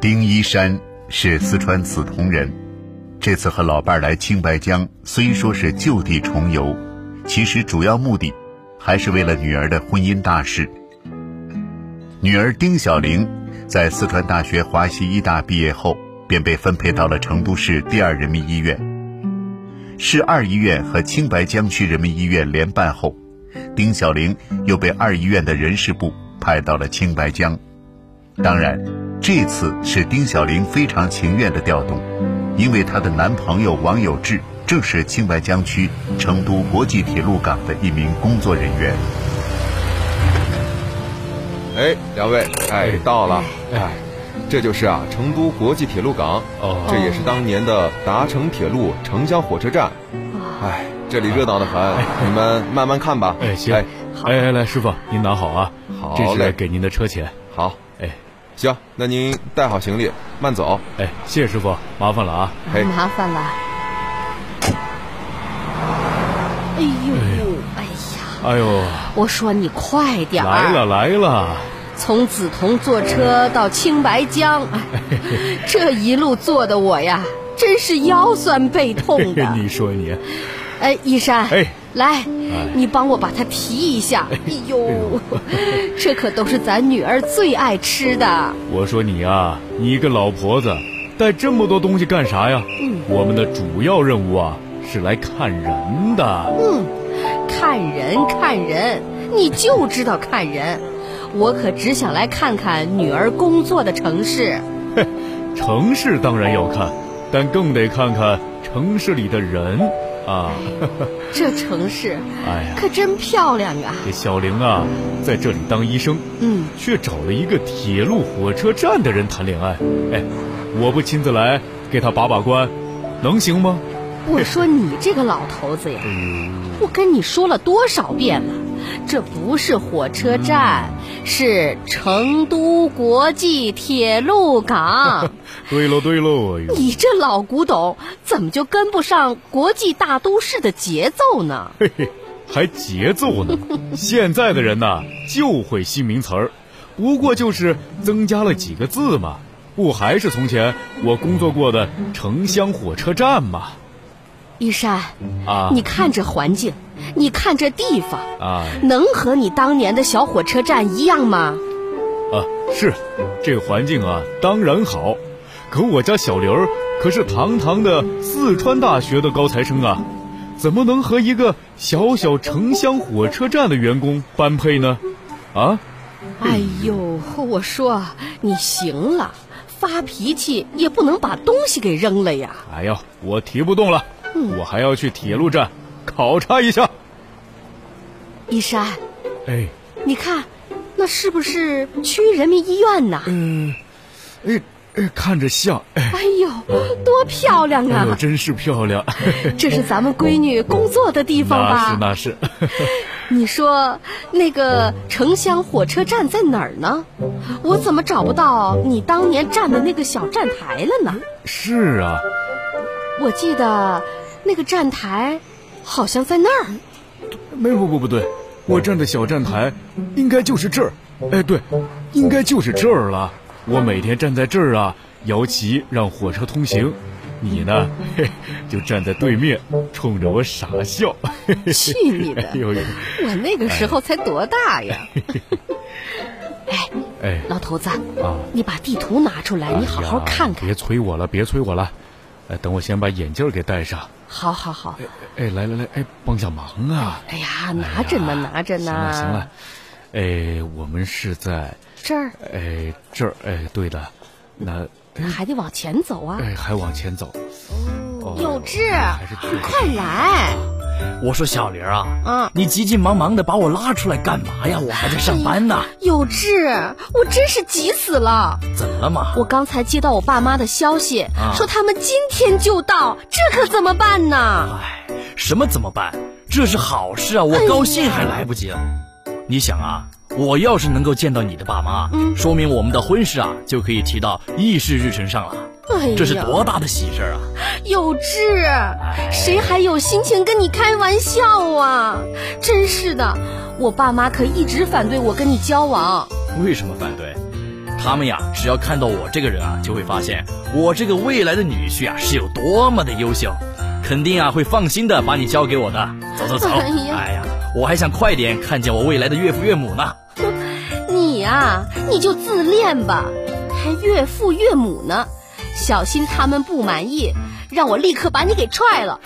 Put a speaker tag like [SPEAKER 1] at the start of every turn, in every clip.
[SPEAKER 1] 丁一山是四川梓潼人，这次和老伴儿来青白江，虽说是就地重游，其实主要目的还是为了女儿的婚姻大事。女儿丁小玲在四川大学华西医大毕业后，便被分配到了成都市第二人民医院。市二医院和青白江区人民医院联办后，丁小玲又被二医院的人事部派到了青白江。当然，这次是丁小玲非常情愿的调动，因为她的男朋友王有志正是青白江区成都国际铁路港的一名工作人员。
[SPEAKER 2] 哎，两位，哎，到了，哎，这就是啊，成都国际铁路港，
[SPEAKER 3] 哦
[SPEAKER 2] 这也是当年的达成铁路城郊火车站，哎，这里热闹的很，你们慢慢看吧。
[SPEAKER 3] 哎，行，哎哎来，师傅您拿好啊，
[SPEAKER 2] 好
[SPEAKER 3] 这
[SPEAKER 2] 嘞
[SPEAKER 3] 是给您的车钱。
[SPEAKER 2] 好，
[SPEAKER 3] 哎
[SPEAKER 2] 行，那您带好行李，慢走。
[SPEAKER 3] 哎，谢谢师傅，麻烦了啊。
[SPEAKER 2] 哎，
[SPEAKER 4] 麻烦了。哎呦，哎呀，
[SPEAKER 3] 哎呦，
[SPEAKER 4] 我说你快点儿！
[SPEAKER 3] 来了，来了，
[SPEAKER 4] 从梓潼坐车到青白江，哎这一路坐的我呀，真是腰酸背痛
[SPEAKER 3] 嘿嘿
[SPEAKER 4] 的。
[SPEAKER 3] 你说你，啊
[SPEAKER 4] 哎，一山，
[SPEAKER 3] 哎
[SPEAKER 4] 来，你帮我把它提一下。哎呦， 这可都是咱女儿最爱吃的。
[SPEAKER 3] 我说你啊，你一个老婆子带这么多东西干啥呀？
[SPEAKER 4] 嗯
[SPEAKER 3] 我们的主要任务啊是来看人的。
[SPEAKER 4] 嗯，看人看人，你就知道看人。我可只想来看看女儿工作的城市。
[SPEAKER 3] 城市当然要看，但更得看看城市里的人啊。
[SPEAKER 4] 这城市
[SPEAKER 3] 哎呀，
[SPEAKER 4] 可真漂亮啊！
[SPEAKER 3] 这小玲啊，在这里当医生，
[SPEAKER 4] 嗯，
[SPEAKER 3] 却找了一个铁路火车站的人谈恋爱。哎，我不亲自来给他把把关，能行吗？哎
[SPEAKER 4] 我说你这个老头子呀，我跟你说了多少遍了，这不是火车站，是成都国际铁路港。
[SPEAKER 3] 对喽对喽，哎呦
[SPEAKER 4] 你这老古董怎么就跟不上国际大都市的节奏呢？
[SPEAKER 3] 嘿嘿，还节奏呢。现在的人呐、就会新名词儿，不过就是增加了几个字嘛，不还是从前我工作过的城乡火车站嘛？
[SPEAKER 4] 一山，
[SPEAKER 3] 啊
[SPEAKER 4] 你看这环境，你看这地方，
[SPEAKER 3] 啊
[SPEAKER 4] 能和你当年的小火车站一样吗？
[SPEAKER 3] 啊！是，这个环境啊，当然好。可我家小玲儿可是堂堂的四川大学的高材生啊，怎么能和一个小小城乡火车站的员工般配呢？啊，
[SPEAKER 4] 哎呦，我说啊你行了，发脾气也不能把东西给扔了呀！
[SPEAKER 3] 哎呀，我提不动了，
[SPEAKER 4] 嗯
[SPEAKER 3] 我还要去铁路站考察一下。
[SPEAKER 4] 一山，
[SPEAKER 3] 哎，
[SPEAKER 4] 你看，那是不是区人民医院呐？
[SPEAKER 3] 嗯，哎，哎看着像，哎，
[SPEAKER 4] 哎呦，多漂亮
[SPEAKER 3] 哎呦，
[SPEAKER 4] 啊！
[SPEAKER 3] 真是漂亮，
[SPEAKER 4] 这是咱们闺女工作的地方
[SPEAKER 3] 那是
[SPEAKER 4] 吧？
[SPEAKER 3] 那是，
[SPEAKER 4] 你说那个城乡火车站在哪儿呢？我怎么找不到你当年站的那个小站台了呢？
[SPEAKER 3] 是啊，
[SPEAKER 4] 我记得那个站台好像在那儿。
[SPEAKER 3] 没不不不对，我站的小站台应该就是这儿，哎对，应该就是这儿了。我每天站在这儿啊，摇旗让火车通行，你呢， 嘿，就站在对面，冲着我傻笑。
[SPEAKER 4] 去你的
[SPEAKER 3] 哎！呦，
[SPEAKER 4] 我那个时候才多大呀！
[SPEAKER 3] 哎
[SPEAKER 4] 老头子，
[SPEAKER 3] 啊。
[SPEAKER 4] 你把地图拿出来，你好好看
[SPEAKER 3] 哎呀
[SPEAKER 4] 看。
[SPEAKER 3] 别催我了，别催我了，呃，等我先把眼镜儿给戴上。
[SPEAKER 4] 好好好。
[SPEAKER 3] 哎，来来来，哎，帮下忙啊！
[SPEAKER 4] 哎呀，拿着呢，拿着
[SPEAKER 3] 哎行了
[SPEAKER 4] 呢。
[SPEAKER 3] 行了，哎，我们是在
[SPEAKER 4] 这儿
[SPEAKER 3] 哎这儿哎对的，那
[SPEAKER 4] 还得往前走啊！
[SPEAKER 3] 嗯哎还往前走。哦
[SPEAKER 4] 有志，
[SPEAKER 3] 还是
[SPEAKER 4] 你快来！
[SPEAKER 5] 我说小玲啊，
[SPEAKER 4] 嗯
[SPEAKER 5] 你急急忙忙的把我拉出来干
[SPEAKER 4] 哎
[SPEAKER 5] 嘛呀？我还在上班呢，
[SPEAKER 4] 有志，我真是急死了！
[SPEAKER 5] 怎么了嘛？
[SPEAKER 4] 我刚才接到我爸妈的消息，
[SPEAKER 5] 啊
[SPEAKER 4] 说他们今天就到，这可怎么办呢？
[SPEAKER 5] 哎，什么怎么办？这是好
[SPEAKER 3] 哎
[SPEAKER 5] 事啊，我高兴还来不及了。你想啊，我要是能够见到你的爸妈，
[SPEAKER 4] 嗯
[SPEAKER 5] 说明我们的婚事啊就可以提到议事日程上了，
[SPEAKER 4] 哎呀，
[SPEAKER 5] 这是多大的喜事儿啊！
[SPEAKER 4] 有志，谁还有心情跟你开玩笑啊？真是的，我爸妈可一直反对我跟你交往。
[SPEAKER 5] 为什么反对？他们呀，只要看到我这个人啊，就会发现我这个未来的女婿啊是有多么的优秀，肯定啊会放心的把你交给我的。走走走，
[SPEAKER 4] 哎呀
[SPEAKER 5] 哎呀，我还想快点看见我未来的岳父岳母呢。
[SPEAKER 4] 你呀、你就自恋吧，还岳父岳母呢，小心他们不满意，让我立刻把你给踹了。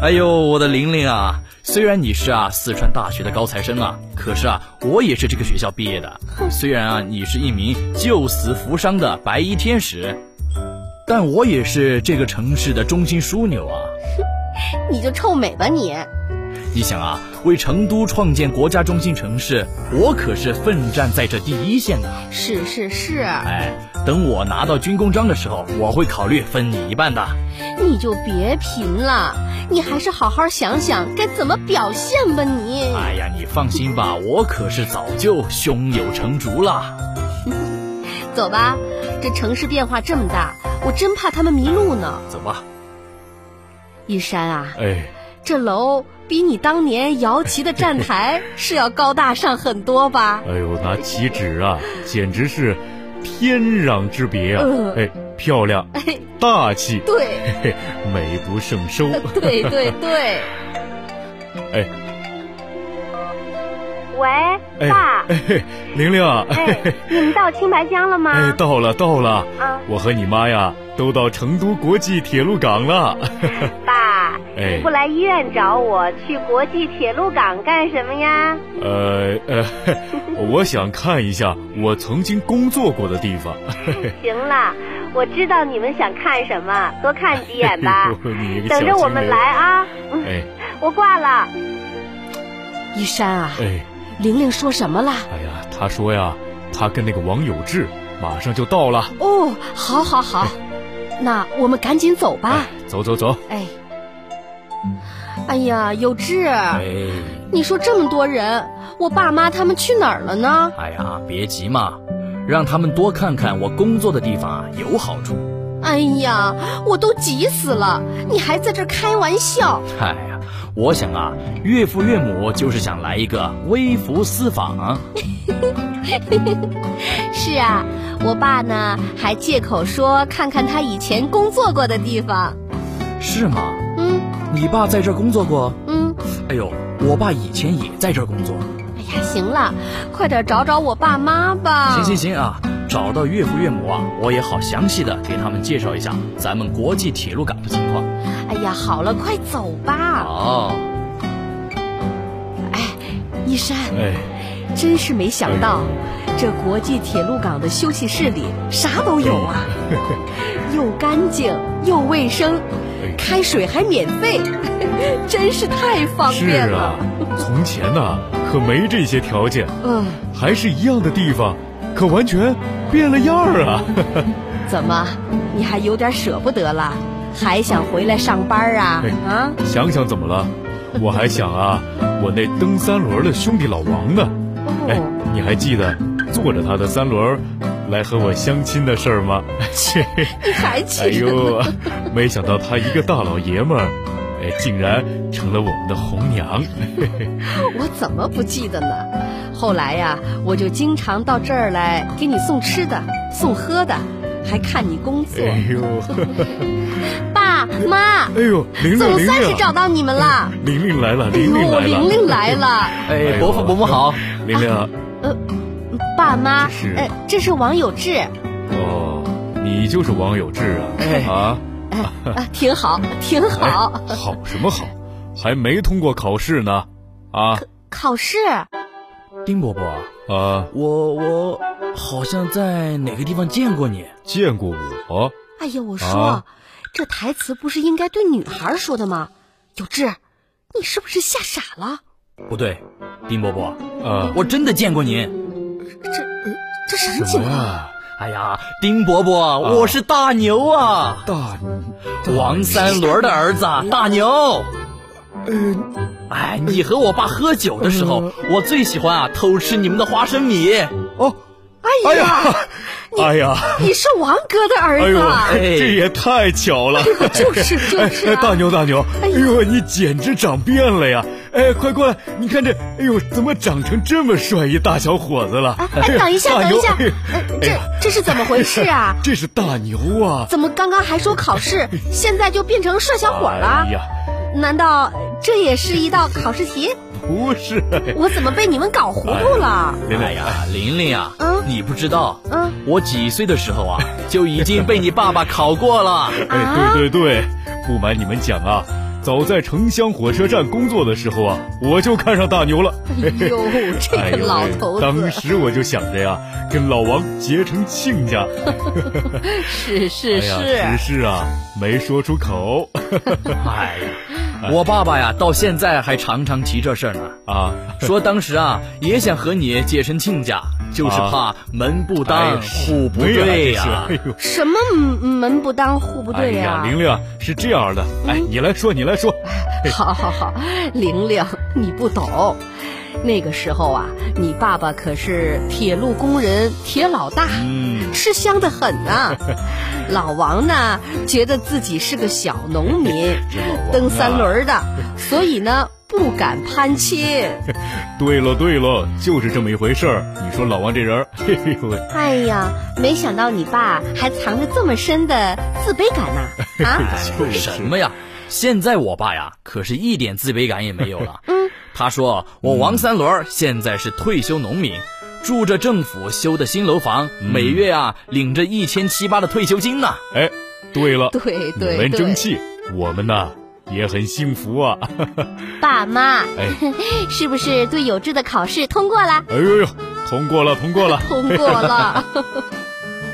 [SPEAKER 5] 哎呦，我的玲玲啊！虽然你是啊四川大学的高材生啊，可是啊我也是这个学校毕业的。虽然啊你是一名救死扶伤的白衣天使，但我也是这个城市的中心枢纽啊。
[SPEAKER 4] 你就臭美吧你！
[SPEAKER 5] 你想啊，为成都创建国家中心城市，我可是奋战在这第一线的。
[SPEAKER 4] 是是是，
[SPEAKER 5] 哎，等我拿到军功章的时候，我会考虑分你一半的。
[SPEAKER 4] 你就别贫了，你还是好好想想该怎么表现吧你。
[SPEAKER 5] 哎呀，你放心吧，我可是早就胸有成竹了。
[SPEAKER 4] 走吧，这城市变化这么大，我真怕他们迷路呢。
[SPEAKER 5] 走吧。
[SPEAKER 4] 玉山啊，
[SPEAKER 3] 哎，
[SPEAKER 4] 这楼比你当年摇旗的站 台是要高大上很多吧？
[SPEAKER 3] 哎呦，那岂止啊，简直是天壤之别啊！
[SPEAKER 4] 嗯
[SPEAKER 3] 哎，漂亮，
[SPEAKER 4] 哎，
[SPEAKER 3] 大气，
[SPEAKER 4] 对
[SPEAKER 3] 嘿嘿，美不胜收。
[SPEAKER 4] 对对对，
[SPEAKER 3] 哎
[SPEAKER 6] 喂，
[SPEAKER 3] 哎
[SPEAKER 6] 爸，
[SPEAKER 3] 哎，嘿玲玲啊，
[SPEAKER 6] 哎，你们到青白江了吗？
[SPEAKER 3] 哎，到了到了，
[SPEAKER 6] 啊
[SPEAKER 3] 我和你妈呀都到成都国际铁路港了。
[SPEAKER 6] 爸，
[SPEAKER 3] 哎
[SPEAKER 6] 你不来医院找我，去国际铁路港干什么呀？
[SPEAKER 3] 呃呃，嘿我想看一下我曾经工作过的地方。。
[SPEAKER 6] 行了，我知道你们想看什么，多看几眼吧
[SPEAKER 3] 哎你一个小
[SPEAKER 6] 等着我们
[SPEAKER 3] 精灵
[SPEAKER 6] 来。啊！嗯
[SPEAKER 3] 哎
[SPEAKER 6] 我挂了。
[SPEAKER 4] 玉山啊，
[SPEAKER 3] 哎
[SPEAKER 4] 玲玲说什么啦？
[SPEAKER 3] 哎呀，他说呀，他跟那个王有志马上就到了。
[SPEAKER 4] 哦，好好好， 那我们赶紧走吧。
[SPEAKER 3] 走走
[SPEAKER 6] 啊
[SPEAKER 3] 走。
[SPEAKER 4] 哎，哎呀，有志，
[SPEAKER 5] 哎，
[SPEAKER 4] 你说这么多人，我爸妈他们去哪儿了呢？
[SPEAKER 5] 哎呀，别急嘛，让他们多看看我工作的地方啊，有好处。
[SPEAKER 4] 哎呀，我都急死了，你还在这儿开玩笑？
[SPEAKER 5] 哎呀，我想啊，岳父岳母就是想来一个微服私访。
[SPEAKER 4] 是啊，我爸呢还借口说看看他以前工作过的地方。
[SPEAKER 5] 是吗？
[SPEAKER 4] 嗯
[SPEAKER 5] 你爸在这儿工作过？
[SPEAKER 4] 嗯，
[SPEAKER 5] 哎呦，我爸以前也在这儿工作。
[SPEAKER 4] 哎呀，行了，快点找找我爸妈吧。
[SPEAKER 5] 行行行啊，找到岳父岳母啊，我也好详细的给他们介绍一下咱们国际铁路港的情况。
[SPEAKER 4] 行，哎呀，好了，快走吧。
[SPEAKER 5] 哦，
[SPEAKER 4] 一山，
[SPEAKER 3] 哎，
[SPEAKER 4] 真是没想到，这国际铁路港的休息室里啥都有啊， 又干净又卫生，
[SPEAKER 3] 哎
[SPEAKER 4] 开水还免费，真是太方
[SPEAKER 3] 是
[SPEAKER 4] 便
[SPEAKER 3] 啊
[SPEAKER 4] 了。，
[SPEAKER 3] 从前呐、可没这些条件，
[SPEAKER 4] 嗯，
[SPEAKER 3] 还是啊一样的地方，可完全变了样儿啊。
[SPEAKER 4] 怎么，你还有点舍不得了？还想回来上班啊？
[SPEAKER 3] 哎
[SPEAKER 4] 啊，
[SPEAKER 3] 想想怎么了？我还想啊，我那蹬三轮的兄弟老王呢？哎
[SPEAKER 4] 哦，，
[SPEAKER 3] 你还记得坐着他的三轮儿来和我相亲的事儿 吗？切，
[SPEAKER 4] 你还记
[SPEAKER 3] 哎
[SPEAKER 4] 得呢？
[SPEAKER 3] 呦，没想到他一个大老爷们儿，哎，竟然成了我们的红娘。
[SPEAKER 4] 我怎么不记得呢？后来呀、我就经常到这儿来给你送吃的、送喝的，还看你工作。
[SPEAKER 3] 哎呦，
[SPEAKER 4] 爸 妈，
[SPEAKER 3] 哎呦，玲玲，
[SPEAKER 4] 总
[SPEAKER 3] 玲
[SPEAKER 4] 算是
[SPEAKER 3] 玲，
[SPEAKER 4] 找到你们啦！
[SPEAKER 3] 玲玲来了，
[SPEAKER 4] 哎
[SPEAKER 3] 玲玲
[SPEAKER 4] 呦，
[SPEAKER 3] 来了，
[SPEAKER 4] 玲玲来了！
[SPEAKER 5] 哎
[SPEAKER 3] 呦，
[SPEAKER 5] 伯父伯母好。
[SPEAKER 3] 玲玲啊，
[SPEAKER 4] 爸妈，
[SPEAKER 3] 是
[SPEAKER 4] 呃，这是王有志，
[SPEAKER 3] 哦，你就是王有志
[SPEAKER 5] 哎
[SPEAKER 3] 啊？啊，
[SPEAKER 4] 啊，挺好，挺好。
[SPEAKER 3] 好什么好？还没通过考试呢，啊
[SPEAKER 4] 考试，
[SPEAKER 5] 丁伯伯，
[SPEAKER 3] 啊，
[SPEAKER 5] 我我好像在哪个地方见过你。
[SPEAKER 3] 见过我。
[SPEAKER 4] 哎呀，我说、
[SPEAKER 3] 啊
[SPEAKER 4] 这台词不是应该对女孩说的吗？有志，你是不是吓傻了？
[SPEAKER 5] 不对，丁伯伯，
[SPEAKER 3] 啊，
[SPEAKER 5] 我真的见过您。
[SPEAKER 4] 这、呃这什么
[SPEAKER 3] 什
[SPEAKER 4] 情
[SPEAKER 3] 么
[SPEAKER 4] 况？
[SPEAKER 3] 啊？
[SPEAKER 5] 哎呀，丁伯伯，我是大牛啊，
[SPEAKER 3] 大，
[SPEAKER 5] 王三轮的儿子啊，大牛。
[SPEAKER 3] 呃
[SPEAKER 5] 哎，你和我爸喝酒的时候，我最喜欢啊偷吃你们的花生米。
[SPEAKER 4] 哎呀，你
[SPEAKER 3] 哎呀，
[SPEAKER 4] 你是王哥的儿
[SPEAKER 3] 哎
[SPEAKER 4] 子
[SPEAKER 3] 呦
[SPEAKER 4] 啊，，
[SPEAKER 3] 这也太巧了！
[SPEAKER 4] 就是就是啊
[SPEAKER 3] 哎大牛大牛，
[SPEAKER 4] 哎
[SPEAKER 3] 哎
[SPEAKER 4] 呦
[SPEAKER 3] 呦，你简直长变了呀！哎，快过来，你看这，哎呦，怎么长成这么帅一大小伙子了？
[SPEAKER 4] 哎，
[SPEAKER 3] 呦
[SPEAKER 4] 等一下，
[SPEAKER 3] 大
[SPEAKER 4] 等一
[SPEAKER 3] 牛
[SPEAKER 4] 下，
[SPEAKER 3] 哎呦
[SPEAKER 4] 呃
[SPEAKER 3] 哎
[SPEAKER 4] 这
[SPEAKER 3] 呀
[SPEAKER 4] 这是怎么回事啊？
[SPEAKER 3] 这是大牛啊！
[SPEAKER 4] 怎么刚刚还说考试，现在就变成帅小伙啊了
[SPEAKER 3] 哎？呀，
[SPEAKER 4] 难道这也是一道考试题？
[SPEAKER 3] 不是，
[SPEAKER 4] 我怎么被你们搞糊涂了？啊
[SPEAKER 5] 哎呀，玲玲啊，
[SPEAKER 4] 嗯
[SPEAKER 5] 你不知道，
[SPEAKER 4] 嗯
[SPEAKER 5] 我几岁的时候啊，就已经被你爸爸考过了。
[SPEAKER 4] 啊
[SPEAKER 3] 哎，对对对，不瞒你们讲啊，早在城乡火车站工作的时候啊，我就看上大牛了。
[SPEAKER 4] 哎 呦，这
[SPEAKER 3] 哎
[SPEAKER 4] 个
[SPEAKER 3] 呦
[SPEAKER 4] 老
[SPEAKER 3] 喂
[SPEAKER 4] 头
[SPEAKER 3] 当
[SPEAKER 4] 子，
[SPEAKER 3] 时我就想着呀，跟老王结成亲家。
[SPEAKER 4] 是是是
[SPEAKER 3] 哎呀，只是啊，没说出口
[SPEAKER 5] 哎呀，我爸爸呀，到现在还常常提这事儿呢。
[SPEAKER 3] 啊。
[SPEAKER 5] 说当时啊，也想和你结成亲家，就是怕门不当
[SPEAKER 3] 啊哎
[SPEAKER 5] 户不对呀、
[SPEAKER 3] 哎呦，
[SPEAKER 4] 什么门门不当户不
[SPEAKER 3] 哎
[SPEAKER 4] 对
[SPEAKER 3] 呀，
[SPEAKER 4] 呀？嗯
[SPEAKER 3] 玲玲是这样的，哎，你来说，你来说，
[SPEAKER 4] 好好好，玲玲，你不懂。那个时候啊，你爸爸可是铁路工人铁老大，
[SPEAKER 3] 嗯，
[SPEAKER 4] 吃香的 很呐、老王呢，觉得自己是个小 农民，
[SPEAKER 3] 啊
[SPEAKER 4] 蹬三轮儿的，所以呢不敢攀亲。
[SPEAKER 3] 对喽对喽，就是这么一回事儿。你说老王这人儿， 嘿嘿喂，
[SPEAKER 4] 哎呀，没想到你爸还藏着这么深的自卑感 呐、啊！
[SPEAKER 3] 就是
[SPEAKER 5] 什么呀？现在我爸呀，可是一点自卑感也没有了。他说我王三轮
[SPEAKER 3] 嗯
[SPEAKER 5] 儿现在是退休农民，住着政府修的新楼房，
[SPEAKER 3] 嗯
[SPEAKER 5] 每月啊领着一千七八的退休金呢。
[SPEAKER 3] 哎，对了，
[SPEAKER 4] 对对
[SPEAKER 3] 你们
[SPEAKER 4] 对
[SPEAKER 3] 争气，我们呐也很幸福啊。
[SPEAKER 4] 爸妈，
[SPEAKER 3] 哎
[SPEAKER 4] 是不是对有志的考试通过了？
[SPEAKER 3] 哎呦呦，通过了，通过了。
[SPEAKER 4] 通 过了，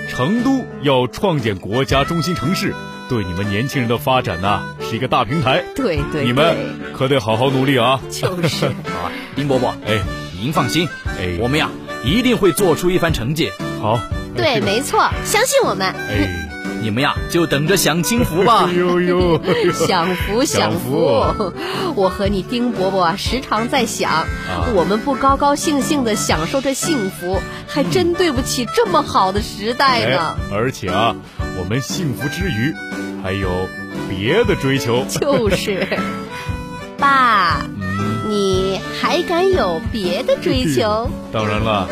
[SPEAKER 3] 成都要创建国家中心城市，对你们年轻人的发展呐、是一个大平台。
[SPEAKER 4] 对对对，
[SPEAKER 3] 你们可得好好努力啊！
[SPEAKER 4] 就是。
[SPEAKER 5] 啊，丁伯伯，
[SPEAKER 3] 哎
[SPEAKER 5] 您放心，
[SPEAKER 3] 哎，
[SPEAKER 5] 我们呀一定会做出一番成绩，
[SPEAKER 3] 好，
[SPEAKER 4] 对，没错，相信我们，
[SPEAKER 3] 哎，
[SPEAKER 5] 你们呀就等着享清福吧
[SPEAKER 3] 哎。呦呦，
[SPEAKER 4] 享福享
[SPEAKER 3] 享
[SPEAKER 4] 福
[SPEAKER 3] 福。
[SPEAKER 4] 我和你丁伯伯啊，时常在想，我们不高高兴兴的享受着幸福，还真对不起这么好的时代
[SPEAKER 3] 哎
[SPEAKER 4] 呢。，
[SPEAKER 3] 而且啊，我们幸福之余，还有别的追求。
[SPEAKER 4] 就是，爸，你还敢有别的 追求？
[SPEAKER 3] 当然了，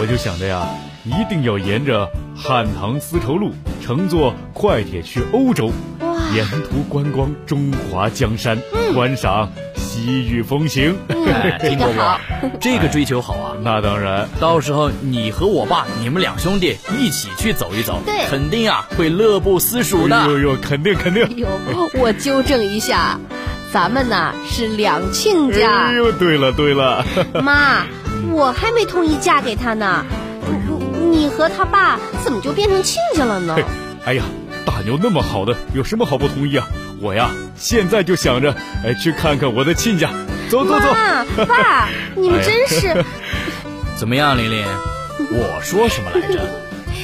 [SPEAKER 3] 我就想着呀，一定要沿着汉唐丝绸路乘坐快铁去欧洲，
[SPEAKER 4] 哇
[SPEAKER 3] 沿途观光中华江山，观赏西域风情。
[SPEAKER 5] 哎
[SPEAKER 4] 嗯，这
[SPEAKER 5] 丁伯
[SPEAKER 4] 个好
[SPEAKER 5] 伯，，这个追求好啊。
[SPEAKER 3] 那当然，
[SPEAKER 5] 到时候你和我爸，你们两兄弟一起去走一走，
[SPEAKER 4] 对
[SPEAKER 5] 肯定啊会乐不思蜀
[SPEAKER 3] 哎呦
[SPEAKER 5] 的。
[SPEAKER 3] 呦，肯定 肯
[SPEAKER 4] 哎
[SPEAKER 3] 定。
[SPEAKER 4] 呦，我纠正一下，咱们呐是两亲家
[SPEAKER 3] 哎。呦，对了对了，
[SPEAKER 4] 妈，我还没同意嫁给他呢。你你和他爸怎么就变成亲家了呢？
[SPEAKER 3] 哎呀，大牛那么好的，有什么好不同意啊？我呀，现在就想着，哎，去看看我的亲家。走走走，
[SPEAKER 4] 妈，爸，你们真是……
[SPEAKER 5] 怎么样，玲玲？我说什么来 着？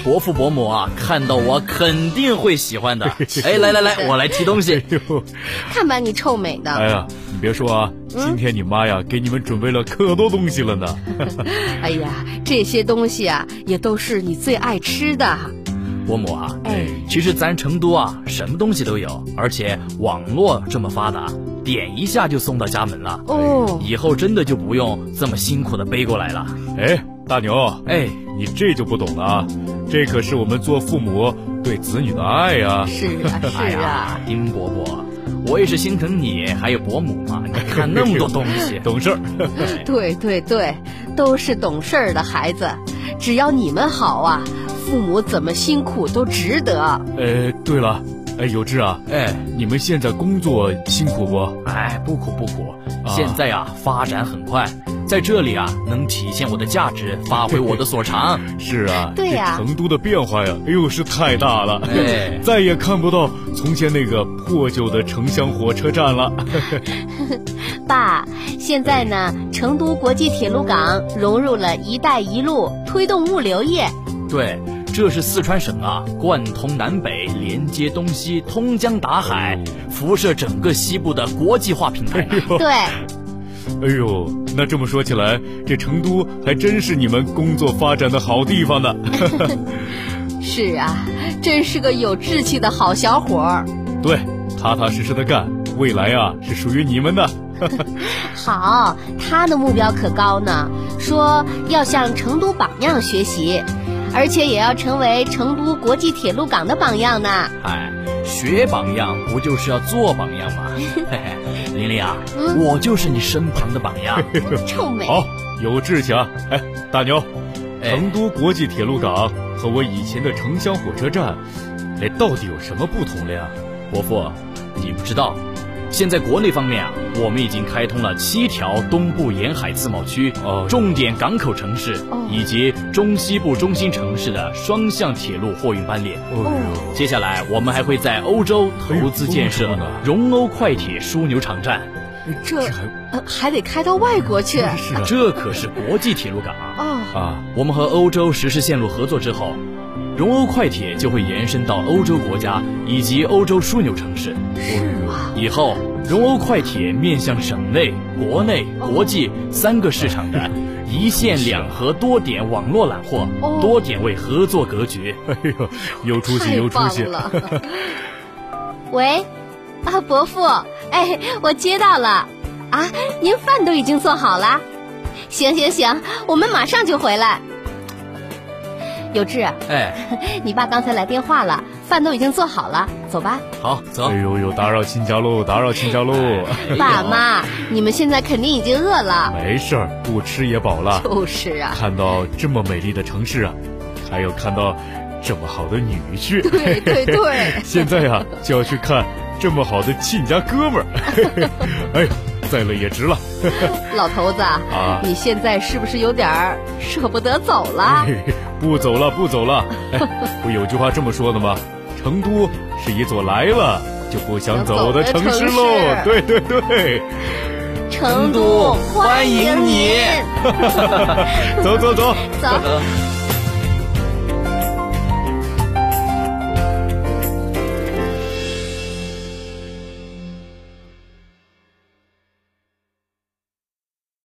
[SPEAKER 5] 伯父伯母啊，看到我肯定会喜 欢的。哎，来来来，我来提东西。
[SPEAKER 3] 哎呦。
[SPEAKER 4] 看把你臭美
[SPEAKER 3] 哎
[SPEAKER 4] 的！
[SPEAKER 3] 呀，你别说啊，今天你妈呀给你们准备了可多东西了呢。
[SPEAKER 4] 哎呀，这些东西啊，也都是你最爱吃的。
[SPEAKER 5] 伯母啊，
[SPEAKER 4] 哎，
[SPEAKER 5] 其实咱成都啊，什么东西都有，而且网络这么发达，点一下就送到家门了。
[SPEAKER 4] 哦，
[SPEAKER 5] 以后真的就不用这么辛苦的背过来了。
[SPEAKER 3] 哎，大牛，
[SPEAKER 5] 哎，
[SPEAKER 3] 你这就不懂了啊，这可是我们做父母对子女的爱呀、，
[SPEAKER 4] 是啊，
[SPEAKER 5] 哎
[SPEAKER 4] 是
[SPEAKER 5] 呀
[SPEAKER 4] 啊，，
[SPEAKER 5] 丁伯伯，我也是心疼你，还有伯 母嘛。你看那么多东西
[SPEAKER 3] 懂事儿。
[SPEAKER 4] 对对对，都是懂事儿的孩子。只要你们好啊，父母怎么辛苦都值得。
[SPEAKER 3] 呃，对了，哎，有志啊，
[SPEAKER 5] 哎
[SPEAKER 3] 你们现在工作辛苦不？
[SPEAKER 5] 哎，不苦不苦。
[SPEAKER 3] 啊
[SPEAKER 5] 现在啊，发展很快，在这里啊，能体现我的价值，发挥我的所长。
[SPEAKER 3] 是啊，
[SPEAKER 4] 对呀
[SPEAKER 3] 这成都的变化呀，哎呦是太大了，
[SPEAKER 5] 哎
[SPEAKER 3] 再也看不到从前那个破旧的城乡火车站了。
[SPEAKER 4] 爸，现在呢，成都国际铁路港融入了“一带一路”，推动物流业。
[SPEAKER 5] 对，这是四川省啊，贯通南北，连接东西，通江达海，辐射整个西部的国际化平台呢。
[SPEAKER 4] 对，
[SPEAKER 3] 哎呦，那这么说起来，这成都还真是你们工作发展的好地方呢。
[SPEAKER 4] 是啊，真是个有志气的好小伙儿。
[SPEAKER 3] 对，踏踏实实的干，未来啊是属于你们的。
[SPEAKER 4] 好，他的目标可高呢，说要向成都榜样学习，而且也要成为成都国际铁路港的榜样呢。
[SPEAKER 5] 哎，学榜样不就是要做榜 样吗？嘿嘿，玲玲啊，我就是你身旁的榜样。
[SPEAKER 4] 臭美，
[SPEAKER 3] 好，有志气啊！哎，大牛，
[SPEAKER 5] 哎
[SPEAKER 3] 成都国际铁路港和我以前的城乡火车站，哎，到底有什么不同了呀？
[SPEAKER 5] 伯父，你不知道，现在国内方面啊，我们已经开通了七条东部沿海自贸区、
[SPEAKER 3] 哦
[SPEAKER 5] 重点港口城市、
[SPEAKER 4] 哦
[SPEAKER 5] 以及中西部中心城市的双向铁路货运班列。
[SPEAKER 3] 哦
[SPEAKER 5] 接下来，我们还会在欧洲投资建
[SPEAKER 3] 哎
[SPEAKER 5] 设
[SPEAKER 3] 呦欧洲呢
[SPEAKER 5] 荣欧快铁枢纽场站，
[SPEAKER 3] 这
[SPEAKER 4] 这
[SPEAKER 3] 还
[SPEAKER 4] 呃还得开到外国去
[SPEAKER 3] 真是啊
[SPEAKER 5] 这可是国际铁路港啊！
[SPEAKER 4] 哦。
[SPEAKER 3] 啊！
[SPEAKER 5] 我们和欧洲实施线路合作之后，荣欧快铁就会延伸到欧洲国家以及欧洲枢纽城市。
[SPEAKER 4] 是吗？
[SPEAKER 5] 以后，荣欧快铁面向省内、国内、国际三个市场 的一线两核多点网络揽获
[SPEAKER 4] 哦、
[SPEAKER 5] 多点位合作格局。
[SPEAKER 3] 啊哎呦，有出息，
[SPEAKER 4] 太
[SPEAKER 3] 有出
[SPEAKER 4] 棒
[SPEAKER 3] 息！
[SPEAKER 4] 了！ 喂，啊，伯父，哎，我接到了，啊，您饭都已经做好了，行行行，我们马上就回来。有志，啊
[SPEAKER 5] 哎，
[SPEAKER 4] 你爸刚才来电话了，饭都已经做好了，走吧。
[SPEAKER 5] 好，走
[SPEAKER 3] 哎。呦呦，打扰亲家喽，打扰亲家喽！
[SPEAKER 4] 爸妈，你们现在肯定已经饿了。
[SPEAKER 3] 没事儿，不吃也饱了。
[SPEAKER 4] 就是啊，
[SPEAKER 3] 看到这么美丽的城市啊，还有看到这么好的女婿，
[SPEAKER 4] 对对对
[SPEAKER 3] 现在啊就要去看这么好的亲家哥们儿， 哎呀，栽了也值了。
[SPEAKER 4] 老头子，
[SPEAKER 3] 啊
[SPEAKER 4] 你现在是不是有点儿舍不得走 了？
[SPEAKER 3] 嘿嘿不走了，不走了。哎，不有句话这么说的吗？成都是一座来了就不想走的城市喽
[SPEAKER 4] 想。走
[SPEAKER 3] 对对对，
[SPEAKER 4] 成
[SPEAKER 5] 都
[SPEAKER 4] 欢
[SPEAKER 5] 欢迎
[SPEAKER 4] 迎
[SPEAKER 5] 你
[SPEAKER 4] 您。
[SPEAKER 3] 走走走。
[SPEAKER 4] 走。